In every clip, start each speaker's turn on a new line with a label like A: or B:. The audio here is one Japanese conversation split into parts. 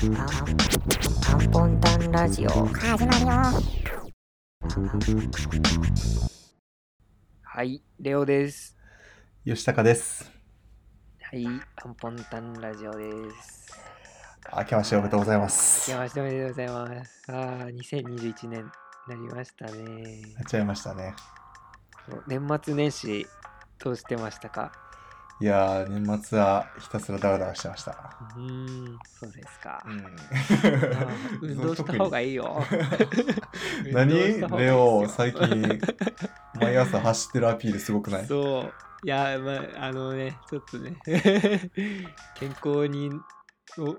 A: タンポンタンラジオ
B: 始まるよ
A: はいレオです
C: 吉高です。
A: はいタンポンタンラジオです
C: 明けましておめでとうございま
A: 明
C: す
A: け。ましておめでとうございますああ2021年になりましたね
C: やっちゃいましたね。
A: 年末年始どうしてましたか
C: いやー、年末はひたすらダラダラしてました。
A: うーんそうです か、
C: うん
A: あー運動した方がいいよ
C: 何
A: 運動した方がいいっす
C: レ
A: よ
C: オ、最近、毎朝走ってるアピールすごくない
A: そう。いや、まあ、あのね、ちょっとね、 健康にを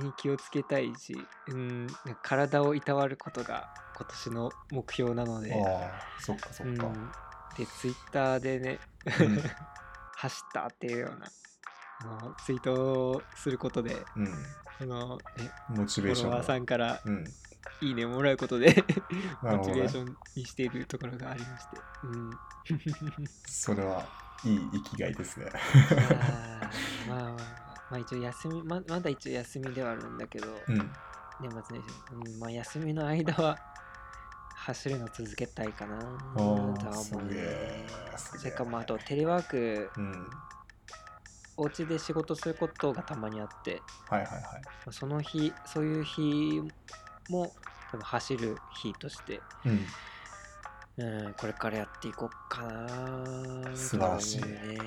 A: に気をつけたいし、うん、体をいたわることが今年の目標なので、
C: ああ、そっかそっ
A: うん、
C: か。
A: で、ツイッターでね、
C: うん
A: 走ったっていうようなあのツイートをすることで、
C: う
A: あのね
C: ん。モチ
A: フ
C: ベーシ
A: ォ
C: ョ
A: ロ
C: ン
A: ワーさ
C: が。
A: んから
C: うん。
A: いいねもらうことで、
C: なる
A: モ
C: ほ
A: チベ
C: ど
A: ー
C: ね
A: シ。ョンにしているところがありまして。うん
C: それは、いい生きがいですね。
A: あーまあまあまあ、まあ、一応休みままだ一応休みではあるんだけど、
C: うん。
A: 年末年始、うん、まあ休みの間は走るの続けたいかな
C: あ
A: とは思
C: ーす
A: うね
C: げえ。すげえ
A: それかまああとテレワーク
C: うん。
A: お家で仕事することがたまにあって
C: はいはいはい。
A: まあその日そういう日も多分走る日として、
C: うん。
A: うん、これからやっていこうかなとは思うね
C: 素晴らしい
A: うん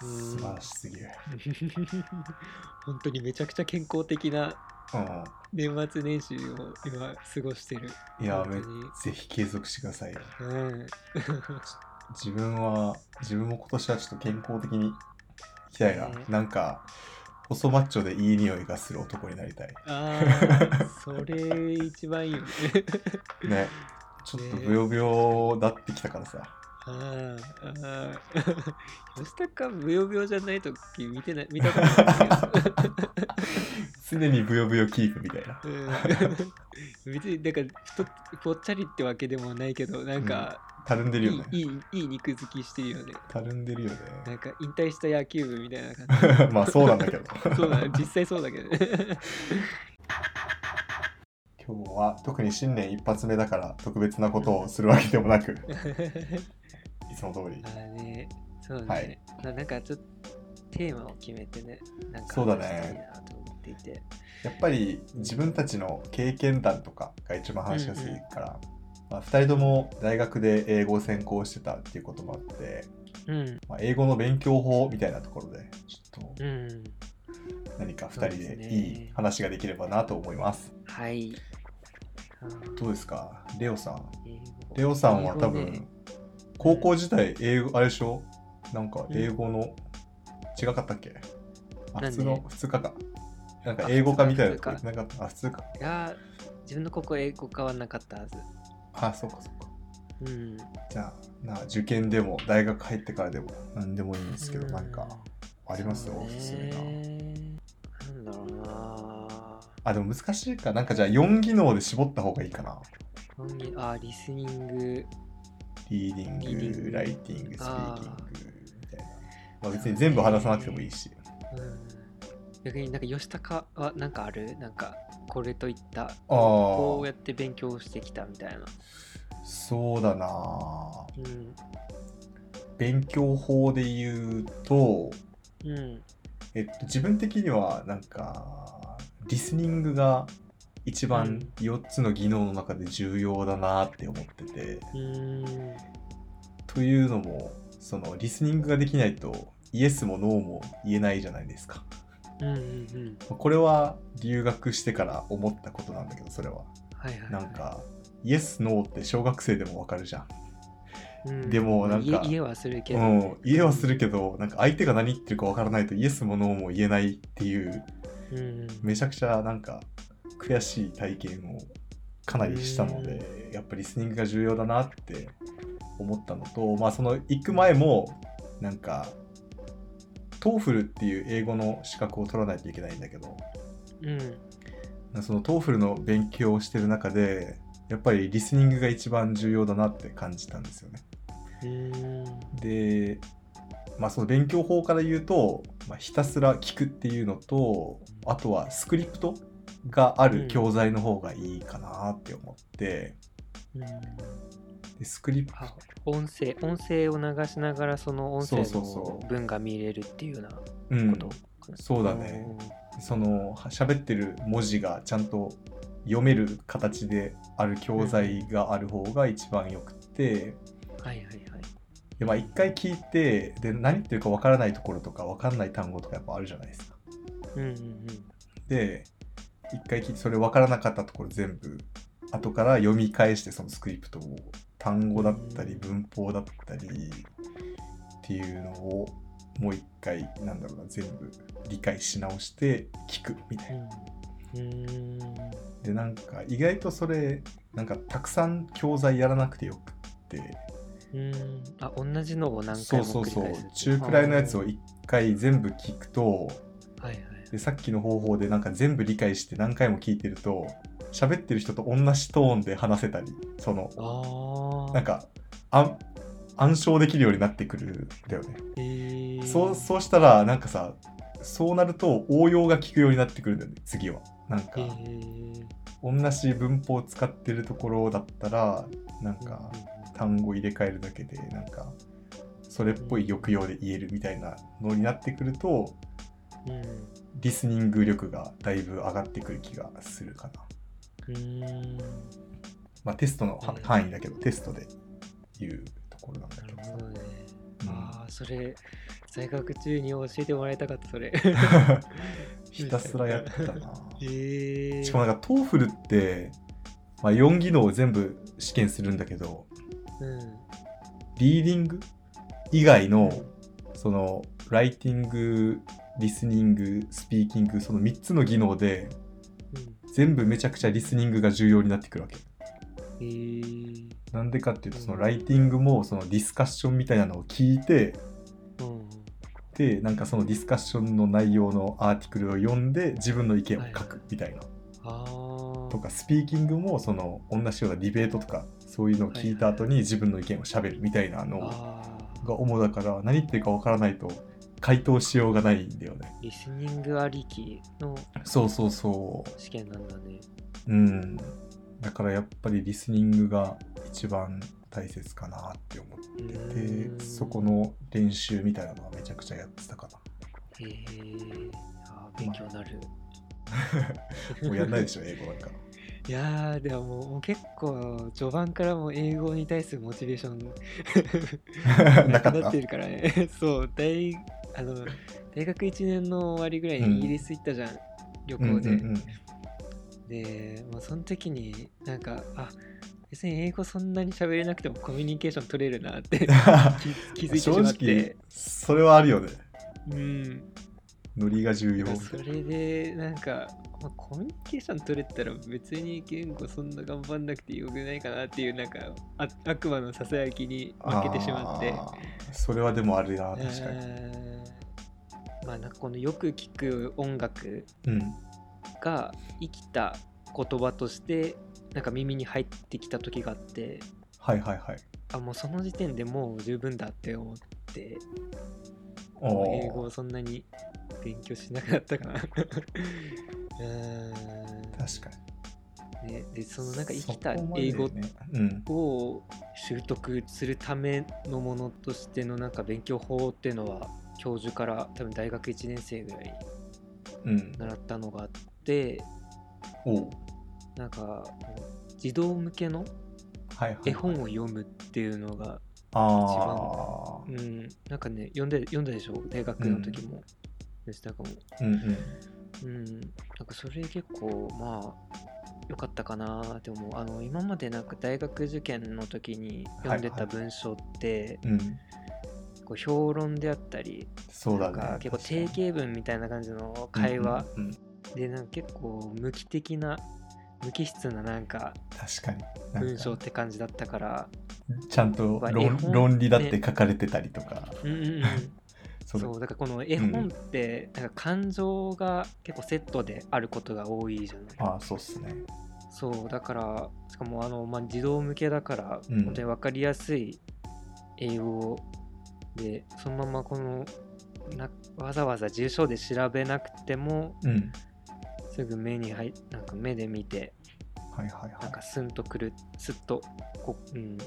C: 素晴らしすぎる。
A: 本当にめちゃくちゃ健康的な
C: うん。
A: 年末年始を今過ごしてる。
C: いやー、め
A: 本当に
C: ぜひ継続してくださいよ。
A: うん。
C: 自分は自分も今年はちょっと健康的にいきたいな、
A: ね
C: なんか細マッチョでいい匂いがする男になりたい
A: あ あ、それ一番いいよね。
C: ねちょっと
A: ね
C: ブヨブヨなってきたからさ
A: ああ、ああ。吉高ブヨブヨじゃない時見てない、見たことないんだ
C: 常にブヨブヨキープみたいな
A: けど。うん、 別になんか太っぽっちゃりってわけでもないけどなんか、
C: たるんでるよね
A: いいいいいい肉付きしてるよね
C: たるんでるよね
A: なんか引退した野球部みたいな感
C: まあそうなんだけど
A: じ そうだ実際そうだけどね
C: 今日は特に新年一発目だから特別なことをするわけでも なくいつも通り
A: あーね、そうね、
C: はい
A: な。なんかちょっとテーマを決めてね、なんか
C: そうだね
A: 話したいなと思っていて。
C: やっぱり自分たちの経験談とかが一番話しやすいから、まあ、2人とも大学で英語を専攻してたっていうこともあって、
A: うん、
C: まあ、英語の勉強法みたいなところでちょっと
A: うん。
C: 何か2
A: そう
C: 人
A: で
C: です
A: ね
C: いい話ができればなと思います
A: はい。あー
C: どうですかレオさん
A: 英語
C: レオさんは多
A: 英語ね
C: 分高校時代英語あれでしょなんか英語の違かったっけあ
A: なんで
C: 普通の普通科かなんか英語科みたいなとこ行ってなかったあ普通か
A: いやー、自分の高校英語科はなかったはず。
C: あそうかそうか
A: うん。
C: じゃあなあ受験でも大学入ってからでも何でもいいんですけど、
A: うん
C: なんかありますよおすすめ
A: そう
C: な
A: ねなんだろうな
C: あでも難しいかなんかじゃあ4技能で絞った方がいいかな
A: 本気あー、リスニング。
C: リーディング
A: リーディング
C: ライティングスピー
A: あ
C: キング
A: ー
C: みたいな、まあ、別に全部話さなくてもいいし、
A: うん。逆になんか吉高はなんかあるなんかこれといった
C: あー
A: こうやって勉強してきたみたいな。
C: そうだなあ
A: うん。
C: 勉強法で言うと、
A: うん。
C: えっと、自分的にはなんかリスニングが一番4つの技能の中で重要だなって思ってて、
A: うーん。
C: というのもそのリスニングができないとイエスもノーも言えないじゃないですか
A: うんうんうん。
C: まあこれは留学してから思ったことなんだけどそれは
A: はいはいはい。
C: なんかイエスノーって小学生でもわかるじゃん、
A: うん、
C: でもなんか
A: 家家はするけど、
C: うん、家はするけどなんか相手が何言ってるかわからないとイエスもノーも言えないっていう
A: うんうん。
C: めちゃくちゃなんか悔しい体験をかなりしたのでやっぱリスニングが重要だなって思ったのとまあその行く前もなんか TOEFL っていう英語の資格を取らないといけないんだけど
A: うん。
C: その TOEFL の勉強をしてる中でやっぱりリスニングが一番重要だなって感じたんですよね。
A: うん。
C: でまあ、その勉強法から言うと、まあ、ひたすら聞くっていうのとあとはスクリプトがあ
A: うん
C: る教材の方がいいかなって思って、
A: うん
C: でスクリプ
A: あ音声音声を流しながらその音声
C: そうそうそ
A: の
C: う
A: 文が見れるっていうようなこ
C: うん
A: とかな
C: そうだねそのは喋ってる文字がちゃんと読める形である教材がある方が一番よくって、
A: うんはいはいはい
C: でまあ一回聞いてで何言ってるかわからないところとかわかんない単語とかやっぱあるじゃないですか。
A: うんうんうん
C: で一回聞いてそれ分からなかったところ全部後から読み返してそのスクリプトを単語だったり
A: うん
C: 文法だったりっていうのをもう一回なんだろうな全部理解し直して聞くみたいな。
A: うんう
C: でなんか意外とそれなんかたくさん教材やらなくてよくって
A: ーんうんあ同じのを何
C: そ
A: 回
C: うそ
A: も
C: う
A: 繰り
C: そう
A: 返すってい
C: 中くらいのやつを
A: あ
C: 一回全部聞くと
A: ーはいはい
C: でさっきの方法でなんか全部理解して何回も聞いてると喋ってる人と同じトーンで話せたりその
A: ああ
C: なんかあ暗唱できるようになってくるんだよね、
A: えー
C: そうそうしたらなんかさそうなると応用が効くようになってくるんだよね次はなんか、
A: えー
C: 同じ文法を使ってるところだったらなん
A: うん
C: か単語入れ替えるだけでなんかそれっぽい抑揚で言えるみたいなのになってくると
A: うんうん
C: リスニング力がだいぶ上がってくる気がするかな。
A: うーん
C: まあ、テストのは
A: うん
C: 範囲だけど、テストで言うところなんだ
A: な
C: け
A: る
C: ど
A: ほどね
C: さ
A: ああそれ在学中に教えてもらいたかったそれ
C: うん ひたすら やってたな。
A: えー、
C: しかもなんか、トーフルって、まあ、4技能を全部試験するんだけど、
A: うん、
C: リーディング以外の、その、ライティング、リスニング、スピーキング、その3つの技能で、
A: うん
C: 全部めちゃくちゃリスニングが重要になってくるわけ。
A: えー
C: なんでかっていうと、そのライティングも、そのディスカッションみたいなのを聞いて、
A: うん
C: でなんかそのディスカッションの内容のアーティクルを読んで自分の意見を書くみたいな、
A: あー
C: とかスピーキングもその同じようなディベートとかそういうのを聞いた後に自分の意見をしゃべるみたいなの
A: あー
C: が主だから何言ってるかわからないと回答しようがないんだよね
A: リスニングありきの
C: そうそうそ
A: 試験なんだね
C: ううんだからやっぱりリスニングが一番大切かなって思
A: う
C: って
A: ーん
C: てそこの練習みたいなのはめちゃくちゃやってたか
A: へーあー勉強になる、
C: な もうやんないでしょ英語なんか
A: いやーでももうもう結構序盤からもう英語に対するモチベーション
C: な
A: な
C: かっ
A: く
C: た
A: なってるからね そう大あの大学1年の終わりぐらいにイギリス行ったじゃん、旅行で、
C: うんうんうん
A: で、まあ、その時になんかあ別に英語そんなに喋れなくてもコミュニケーション取れるなって気 気づいてしまっ
C: 正直
A: て
C: それはあるよね
A: うん
C: ノリが重要
A: それでなんか、まあ、コミュニケーション取れたら別に言語そんな頑張んなくてよくないかなっていうなんかあ悪魔のささやきに負けてしまって
C: あーそれはでもあるな確かに
A: えーまあなんかこのよく聞く音楽
C: うん
A: が生きた言葉としてなんか耳に入ってきた時があって
C: はいはいはい
A: あもうその時点でもう十分だって思って
C: お
A: もう英語
C: お
A: をそんなに勉強しなかったかな うーん
C: 確か
A: ね、でそ
C: に
A: のなんか生きた
C: そこまでね
A: 英語
C: うん
A: を習得するためのものとしてのなんか勉強法っていうのは教授から多分大学1年生ぐらいに
C: うん
A: 習ったのがあって
C: おう
A: なんか児童向けの
C: はいはい
A: 絵本を読むっていうのが、
C: ああ
A: うん、なんかね読んで読んだでしょ大学の時も、でしたかも
C: うんうん
A: うん、なんかそれ結構まあ良かったかなーって思うあの今までなんか大学受験の時に読んで
C: はい
A: た
C: はい
A: 文章って、
C: うん
A: こう評論であったり
C: そう
A: な
C: だ
A: んか
C: ね
A: 結構定型文みたいな感じの会話
C: うんうんうん
A: でなんか結構無機的な無機質ななんか
C: 確かになんか
A: 文章って感じだった から
C: ちゃんと
A: まあ
C: 論
A: 絵本
C: 論理だって書かれてたりとか
A: うんうんうん
C: そ
A: そう
C: の
A: だからこの絵本ってなんか感情が結構セットであることが多いじゃない
C: ああそうっすね
A: そうだからしかもあの、まあ、児童向けだから、
C: うん
A: 本当に分かりやすい英語でそのままこのなわざわざ住所で調べなくても
C: うん
A: すぐ目に入っなんか目で見て
C: はいはいは
A: なん
C: い
A: かスンとくるスッとこ、うん、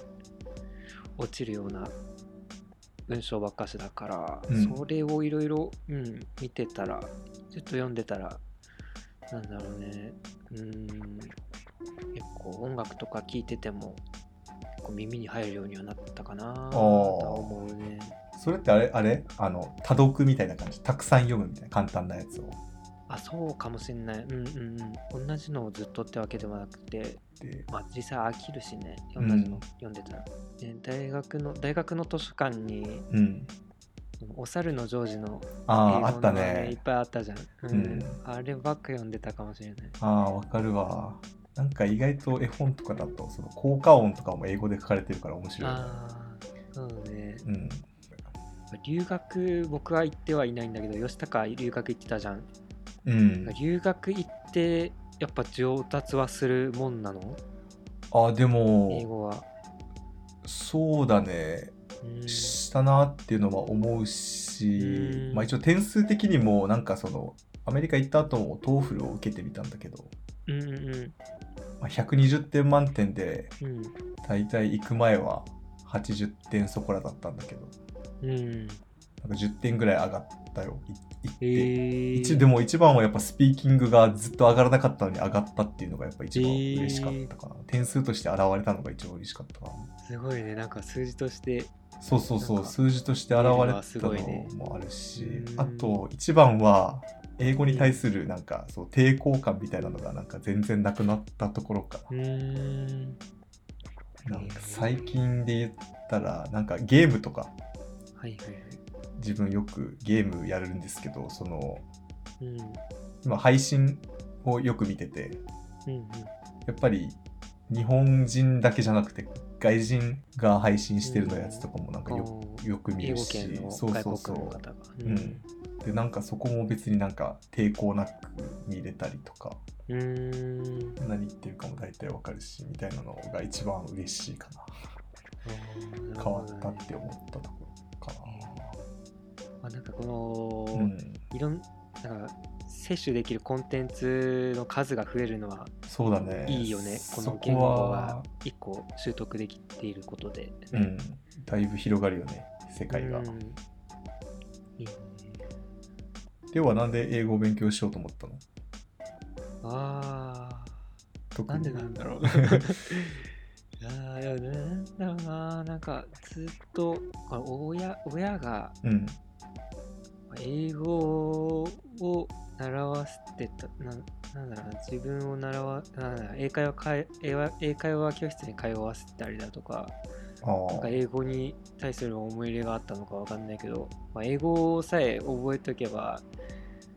A: 落ちるような文章ばっかしだから、
C: うん
A: それをいろいろうん見てたらずっと読んでたらなんだろうねうん結構音楽とか聴いてても結構耳に入るようにはなったかなとは思うね
C: それってあれあれあの多読みたいな感じたくさん読むみたいな簡単なやつを
A: あそうかもしんないうんうんうん同じのをずっとってわけではなくて
C: で
A: まあ、実際飽きるしね同
C: うん
A: じの読んでたら、で大学の大学の図書館に
C: うん
A: 「お猿のジョージ」の
C: あああ
A: の
C: った
A: いっ
C: ね
A: ぱいあったじゃん、うん
C: うん
A: あればっか読んでたかもしれない
C: ああわかるわなんか意外と絵本とかだとその効果音とかも英語で書かれてるから面白いね
A: ああそうね
C: うん
A: 留学僕は行ってはいないんだけど吉高留学行ってたじゃん、
C: うん
A: 留学行ってやっぱ上達はするもんなの
C: あで
A: 英
C: も
A: 語は、
C: そうだね
A: うん
C: したなっていうのは思うし
A: うん
C: まあ一応点数的にもなんかそのアメリカ行った後も TOEFL を受けてみたんだけど、
A: うんうんうん
C: まあ、120点満点で
A: うん
C: 大体行く前は80点そこらだったんだけど
A: うん
C: なんか10点ぐらい上がったよい行って、
A: えー、
C: 一でも一番はやっぱスピーキングがずっと上がらなかったのに上がったっていうのがやっぱ一番嬉しかったかな、点数として現れたのが一番嬉しかったかな
A: すごいねなんか数字として
C: そうそうそ
A: な
C: うん
A: か
C: 数字として現れた
A: 見るのはすごいね
C: のもあるし、
A: うん
C: あと一番は英語に対するなんかそう抵抗感みたいなのがなんか全然なくなったところかな
A: うーん
C: なんか最近で言ったらなんかゲームとか
A: はいはいはい。
C: 自分よくゲームやるんですけどその
A: うん。
C: 今配信をよく見てて
A: うんうん。
C: やっぱり日本人だけじゃなくて外人が配信してるのやつとかもなんかよ,、
A: こ
C: よく
A: う
C: 見
A: 英
C: る
A: 語
C: し
A: 圏の
C: そうそ
A: 外
C: うそ
A: 国の方
C: う
A: が。
C: うんでなんかそこも別になんか抵抗なく見れたりとか
A: うん。うーん。
C: 何言ってるかも大体わかるしみたいなのが一番嬉しいかな
A: なる
C: 変
A: ほ
C: わ
A: どね
C: ったって思ったところか
A: あなんかこ
C: な、
A: の、
C: う
A: い
C: ん、
A: ろんなんか摂取できるコンテンツの数が増えるのは
C: そうだね
A: いいよね。こ
C: そ
A: の
C: こ
A: 言語
C: は
A: が一個習得できていることで。
C: うん、だいぶ広がるよね世界が、
A: うんいいね
C: ではなんで英語を勉強しようと思ったの
A: ああ。
C: 特に
A: なんでなんだろう。ああ、いや、なんだろうな。なんか、ずっと、これ親親が
C: うん
A: 英語を習わせてた、ななんだろうな、自分を習わ、なんだろう英会話かい英和英会話教室に通わせたりだとか、
C: ああ
A: なんか英語に対する思い入れがあったのかわかんないけど、まあ、英語さえ覚えとけば、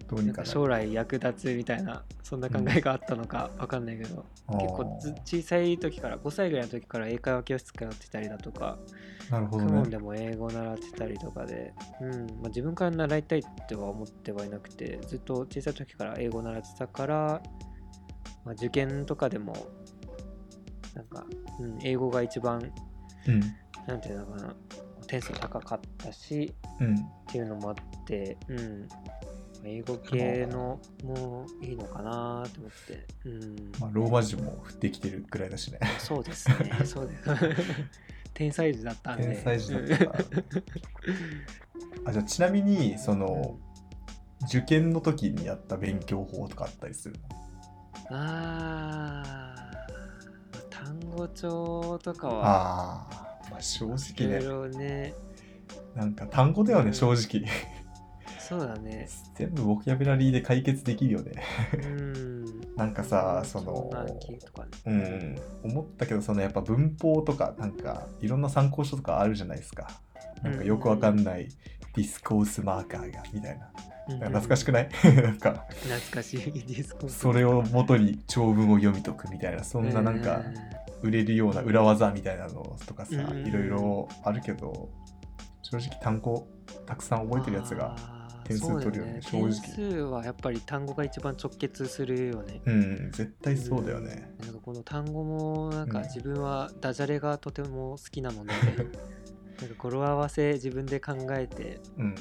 C: どう
A: な
C: に
A: ん
C: か
A: か
C: な
A: 将来役立つみたいな、そんな考えがあったのかわかんないけど、
C: ああ
A: 結構ず小さい時から5歳ぐらいの時から英会話教室通ってたりだとか
C: なるほ
A: ク
C: ど
A: モン
C: ね
A: でも英語習ってたりとかで、うんまあ、自分から習いたいっては思ってはいなくてずっと小さい時から英語習ってたから、まあ、受験とかでもなんか、うん、英語が一番
C: うん
A: なんていうのかな点数高かったし
C: うん
A: っていうのもあって、うん、英語系のもういいのかなと思って、うん、
C: まあ、ローマ字も降ってきてるぐらいだしね。
A: そう ですね、そうです。天才児だったんで。
C: 天才児だったから。あじゃあちなみにその受験の時にやった勉強法とかあったりする
A: うんあー単語帳とか
C: の
A: は、
C: ああ、まあ、正
A: い
C: 直
A: ろい
C: ね
A: ろね、
C: なんか単語だよ
A: う
C: ね
A: ん
C: 正直
A: そうだね。
C: 全部ボキャブラリーで解決できるよね
A: うん。
C: なんかさ
A: 単
C: そ
A: 語
C: の
A: 帳暗記とかね
C: うん、思ったけどそのやっぱ文法とかなんかいろんな参考書とかあるじゃないですかなんかよくわかんないディスコースマーカーがみたいな
A: うん
C: なんか懐かしく
A: ない
C: ない なんか
A: 懐かしいディスコース
C: それを元に長文を読み解くみたいなそんななんか売れるような裏技みたいなのとかさ
A: うん
C: いろいろあるけど正直単語たくさん覚えてるやつが点数取るよね
A: あーそうだ
C: 正直
A: 点数はやっぱり単語が一番直結するよね。
C: うん絶対そうだよね
A: なんかこの単語もなんか
C: うん
A: 自分はダジャレがとても好きなので、なんか語呂合わせ自分で考えて
C: うん
A: もう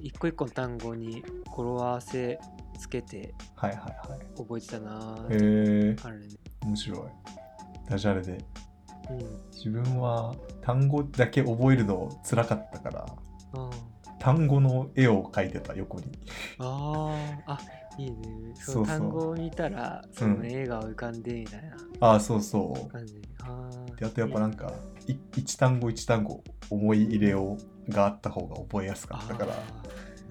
A: 一個一個の単語に語呂合わせつけて
C: はいはいはい
A: 覚えてたなー
C: へえ
A: って
C: ー、
A: あるね、
C: 面白いダジャレで
A: うん
C: 自分は単語だけ覚えるのつらかったから
A: あー
C: 単語の絵を描いてた横に
A: あーあいいねそ
C: そうそう
A: の単語を見たらそ
C: うん
A: の映画を浮かんでみたいな
C: ああそうそう
A: 感じ、あー
C: であとやっぱなんかい一単語一単語思い入れをがあった方が覚えやすかったから
A: あ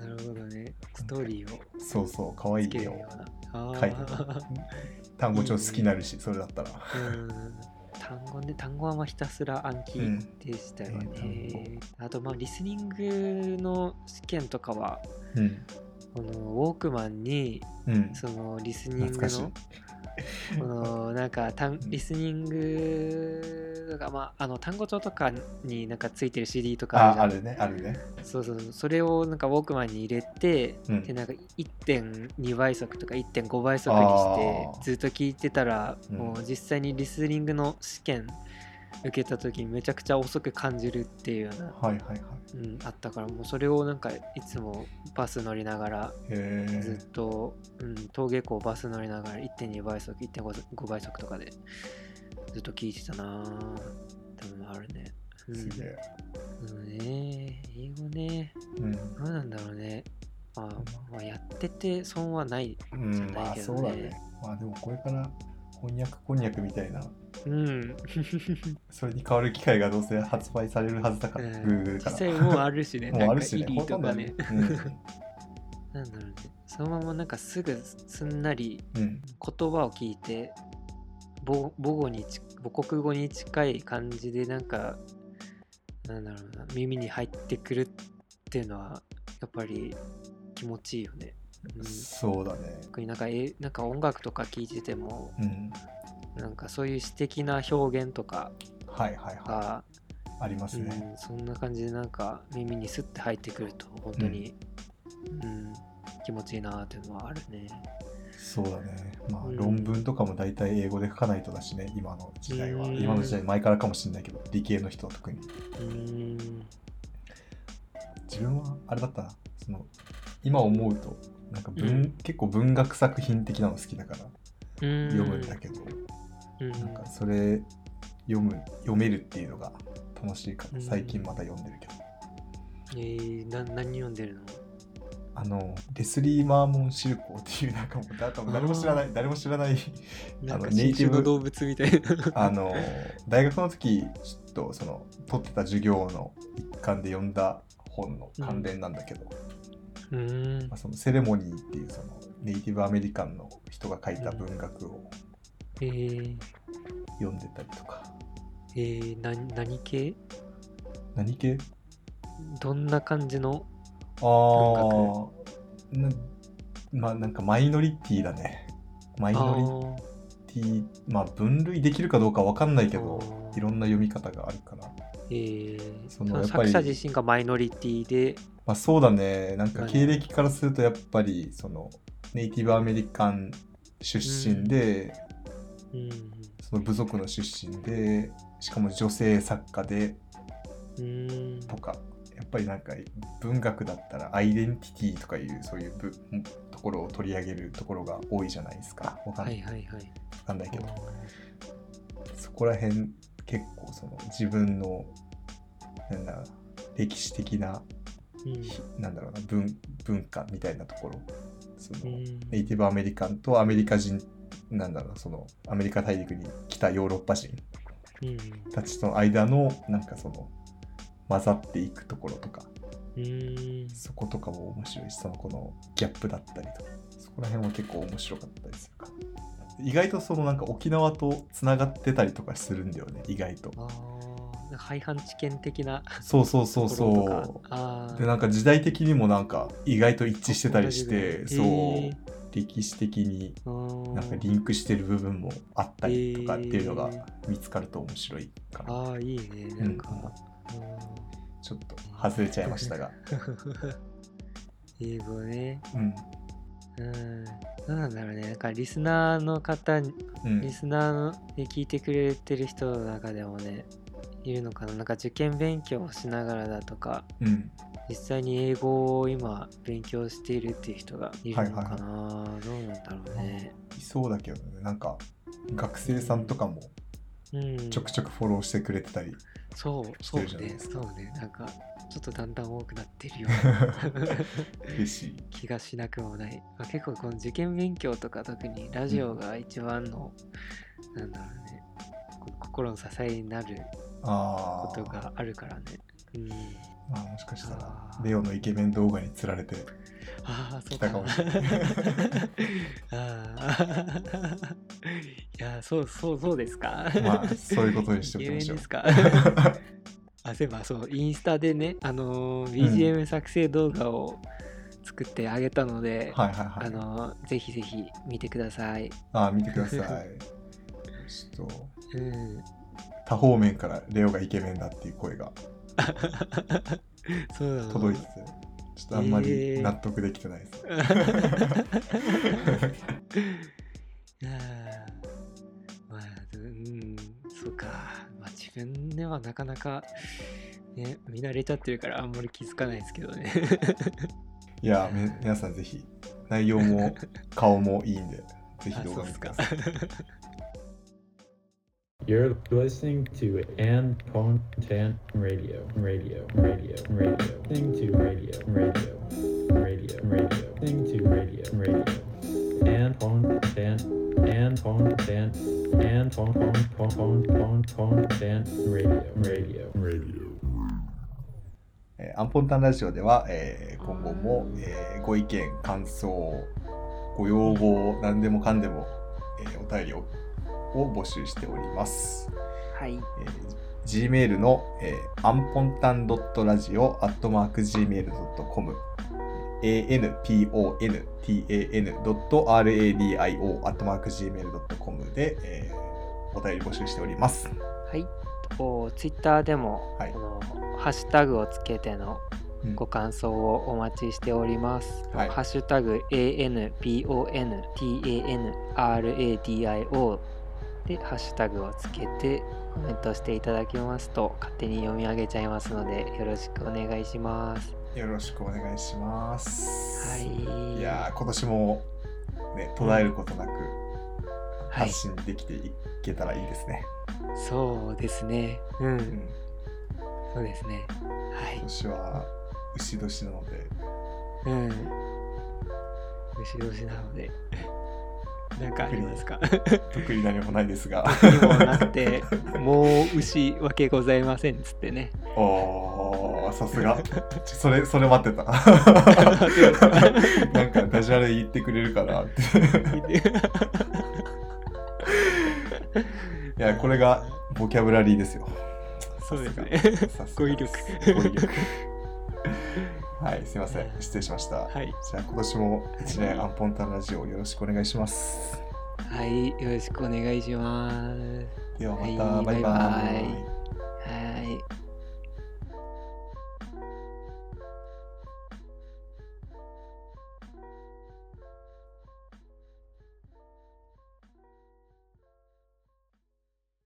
A: ーなるほどねストーリーを
C: そうそう可愛
A: つ
C: い
A: ける
C: 絵
A: よ
C: を
A: うなあ
C: 描いてた
A: ー
C: 単語ちょっと好きになるしそれだったら
A: うん単語ね単語はまあひたすら暗記でしたよね、あとまあリスニングの試験とかは
C: うん
A: このウォークマンに
C: うん
A: そのリスニン
C: 懐
A: グ
C: かしい
A: のこのなんか単リスニングとか、まあ、あの単語帳とかになんかついてる CD とか
C: ああ
A: あるじ
C: るねあるね
A: ゃんそうそうそうそれをなんかウォークマンに入れて、
C: うん
A: でなんか1.2倍速とか1.5倍速にして
C: あー
A: ずっと聞いてたら、
C: うん
A: もう実際にリスニングの試験受けた時にめちゃくちゃ遅く感じるっていうような、
C: はいはいはい
A: うん、あったからもうそれをなんかいつもバス乗りながら
C: へ
A: ずっと、うん、登下校バス乗りながら1.2倍速1.5倍速とかでずっと聞いてたなぁ多分あるね、う
C: え
A: ん、
C: すげえ
A: うんね英語ね
C: うん
A: どうなんだろうね、まあ、まあやってて損はない
C: うんま
A: ない
C: あ
A: け
C: そ
A: ど
C: うだ
A: ね
C: ねまあでもこれから翻訳こんにゃくみたいな
A: うん
C: それに変わる機会がどうせ発売されるはずだから
A: うん
C: Google
A: 実
C: から
A: 際 もうあるしね
C: もうある
A: なん
C: しね
A: かイリ
C: ほ
A: ーと
C: とんど
A: か
C: ね
A: ね なんだろうねそのままなんかすぐすんなり
C: うんうん
A: 言葉を聞いて母母語にち母国語に近い感じでなんかなんだろうな耳に入ってくるっていうのはやっぱり気持ちいいよね。うん
C: そうだね
A: 特になんかえなんか音楽とか聞いてても
C: うん
A: なんかそういう詩的な表現とか
C: はいはいは
A: が、
C: いありますね
A: うんそんな感じでなんか耳にスッて入ってくると本当に、うん気持ちいいなーっていうのはあるね。
C: そうだねまあ
A: うん
C: 論文とかも大体英語で書かないとだしね今の時代は
A: うん
C: 今の時代前からかもしれないけど理系の人は特に
A: うん
C: 自分はあれだったなその今思うとなんか文、結構文学作品的なの好きだから読むんだけど、
A: うん
C: なんかそれ読む読めるっていうのが楽しいか
A: う
C: ら
A: ん
C: 最近また読んでるけど、
A: えー、な何読んでるの
C: あのレスリー・マーモン・シルコーっていうなんかもうだ多分誰も知らない誰も知らない
A: なん
C: あ
A: か
C: のネイ
A: 新種
C: ティブ
A: の動物みたいな。
C: あの大学の時ちょっとその取ってた授業の一環で読んだ本の関連なんだけど、
A: うーん
C: まあ、。そのセレモニーっていうそのネイティブアメリカンの人が書いた文学を
A: えー、
C: 読んでたりとか、
A: えー、な何系
C: 何系
A: どんな感じの
C: ああまあなんかマイノリティだねマイノ
A: あ
C: リティまあ分類できるかどうかわかんないけど
A: あー
C: いろんな読み方があるから、ま
A: ーえー、
C: そ
A: そ
C: の
A: の
C: やっぱり
A: 作者自身がマイノリティで、
C: あ、そうだねなんか
A: はい
C: 経歴からするとやっぱりそのネイティブアメリカン出身で、
A: うん
C: その部族の出身でしかも女性作家で
A: うん、うーん
C: とかやっぱりなんか文学だったらアイデンティティとかいうそういうぶところを取り上げるところが多いじゃないですかわかん,、
A: はいはいはい。
C: わかんないけど
A: あ
C: そこら辺結構その自分のなんだろうな歴史的な
A: ーうん
C: ひなんだろうな文文化みたいなところその
A: うん
C: ネイティブアメリカンとアメリカ人なんだろうそのアメリカ大陸に来たヨーロッパ人
A: うん
C: たちとの間のなんかその混ざっていくところとか
A: うーん
C: そことかも面白いしそのこのギャップだったりとかそこら辺は結構面白かったりするから意外とそのなんか沖縄とつながってたりとかするんだよね意外と
A: あー廃反知見的な
C: そうそうそ
A: と
C: う
A: ころとか
C: そ
A: あー
C: うでなんか時代的にもなんか意外と一致してたりして
A: 同じ
C: そう
A: ぐらいえー
C: 歴史的に
A: あー
C: なんかリンクしてる部分もあったりとかっていうのが
A: えー
C: 見つかると面白いかな
A: ああいいねなんか、うん
C: ちょっと外れちゃいましたが
A: 英語ね。
C: うん
A: うん。どうなんだろうね。なんかリスナーの方に、
C: うん
A: リスナーので聞いてくれてる人の中でもね、いるのかななんか受験勉強をしながらだとか
C: うん、
A: 実際に英語を今勉強しているっていう人がいるのかな、どうなんだろうね
C: いそうだけどねなんか学生さんとかも
A: うん
C: ちょくちょくフォローしてくれてたり、
A: そう
C: し
A: そう
C: てるじゃない
A: ね
C: です
A: そうねなんかちょっとだんだん多くなってるよう な
C: 嬉しい。
A: 気がしなくもない、まあ、結構この受験勉強とか特にラジオが一番の、なんだろうねこ心の支えになる
C: あ
A: こと
C: あ、
A: があるからねうん
C: まあ、もしかしたら
A: あー
C: レオのイケメン動画につられて
A: ああそう
C: 来たかもしれない
A: ああ いやそうそうそうですか
C: まあそういうことにしておきまし
A: 有名
C: ょう
A: です かあそういえばそうインスタでねあのー BGM 作成動画を作ってあげたので、
C: はいはい
A: あ
C: はい
A: のーぜひぜひ見てください
C: ああ見てくだ さいちょっと
A: うん
C: 多方面からレオがイケメンだっていう声が
A: そうなの
C: 届いてて、ちょっとあんま
A: え
C: り
A: ー
C: 納得できてないです、 ね
A: あーまあうんそうか、まあ、自分ではなかなかね見慣れちゃってるからあんまり気づかないですけどね
C: いやめ皆さんぜひ内容も顔もいいんでぜひ動画見 てください
B: You're listening to An Content Radio, radio, radio, radio, listening to radio, radio, radio, radio, listening to radio, radio, and content, and content, and con con con con con content radio, radio, radio.
C: えーアンポンタンラジオでは、えー今後も、えーご意見感想ご要望何でもかんでも、えーお便りをを募集しております、
A: はい
C: えー Gmail の、えー、アンポンタン .radio.gmail.com anpontan.radio.gmail.com で、えーお便り募集しております。
A: はいとツイッターでも、
C: はい
A: あのハッシュタグをつけての
C: うん
A: ご感想をお待ちしております。
C: はい
A: ハッシュタグ ANPONTANRADIO でハッシュタグをつけてコメントしていただきますと勝手に読み上げちゃいますのでよろしくお願いします。
C: よろしくお願いします。
A: はい。
C: いやー今年も、ね、途絶えることなく
A: は
C: 発
A: い。
C: 信できていけたらいいですね。
A: そうですね。う。
C: うんん、
A: そうですね。はい
C: 今。年は牛年なので
A: うん。牛年なので。なんかありますか
C: 特に何もないですが
A: にもなくて、 もう牛わけございませんっつって ね。
C: おーさ すがちょそれそれ待ってたなんかダジャレ言ってくれるかなっていやこれがボキャブラリーですよ
A: そうですね
C: さすがさすが
A: 語彙力
C: 語彙力はいすいません失礼しました、
A: はい、
C: じゃあ今年も一年アンポンタンラジオよろしくお願いします。
A: はい、よろしくお願いします。
C: ではまた、
A: はい
C: バイバ
A: バイバ
C: イ
A: イはい。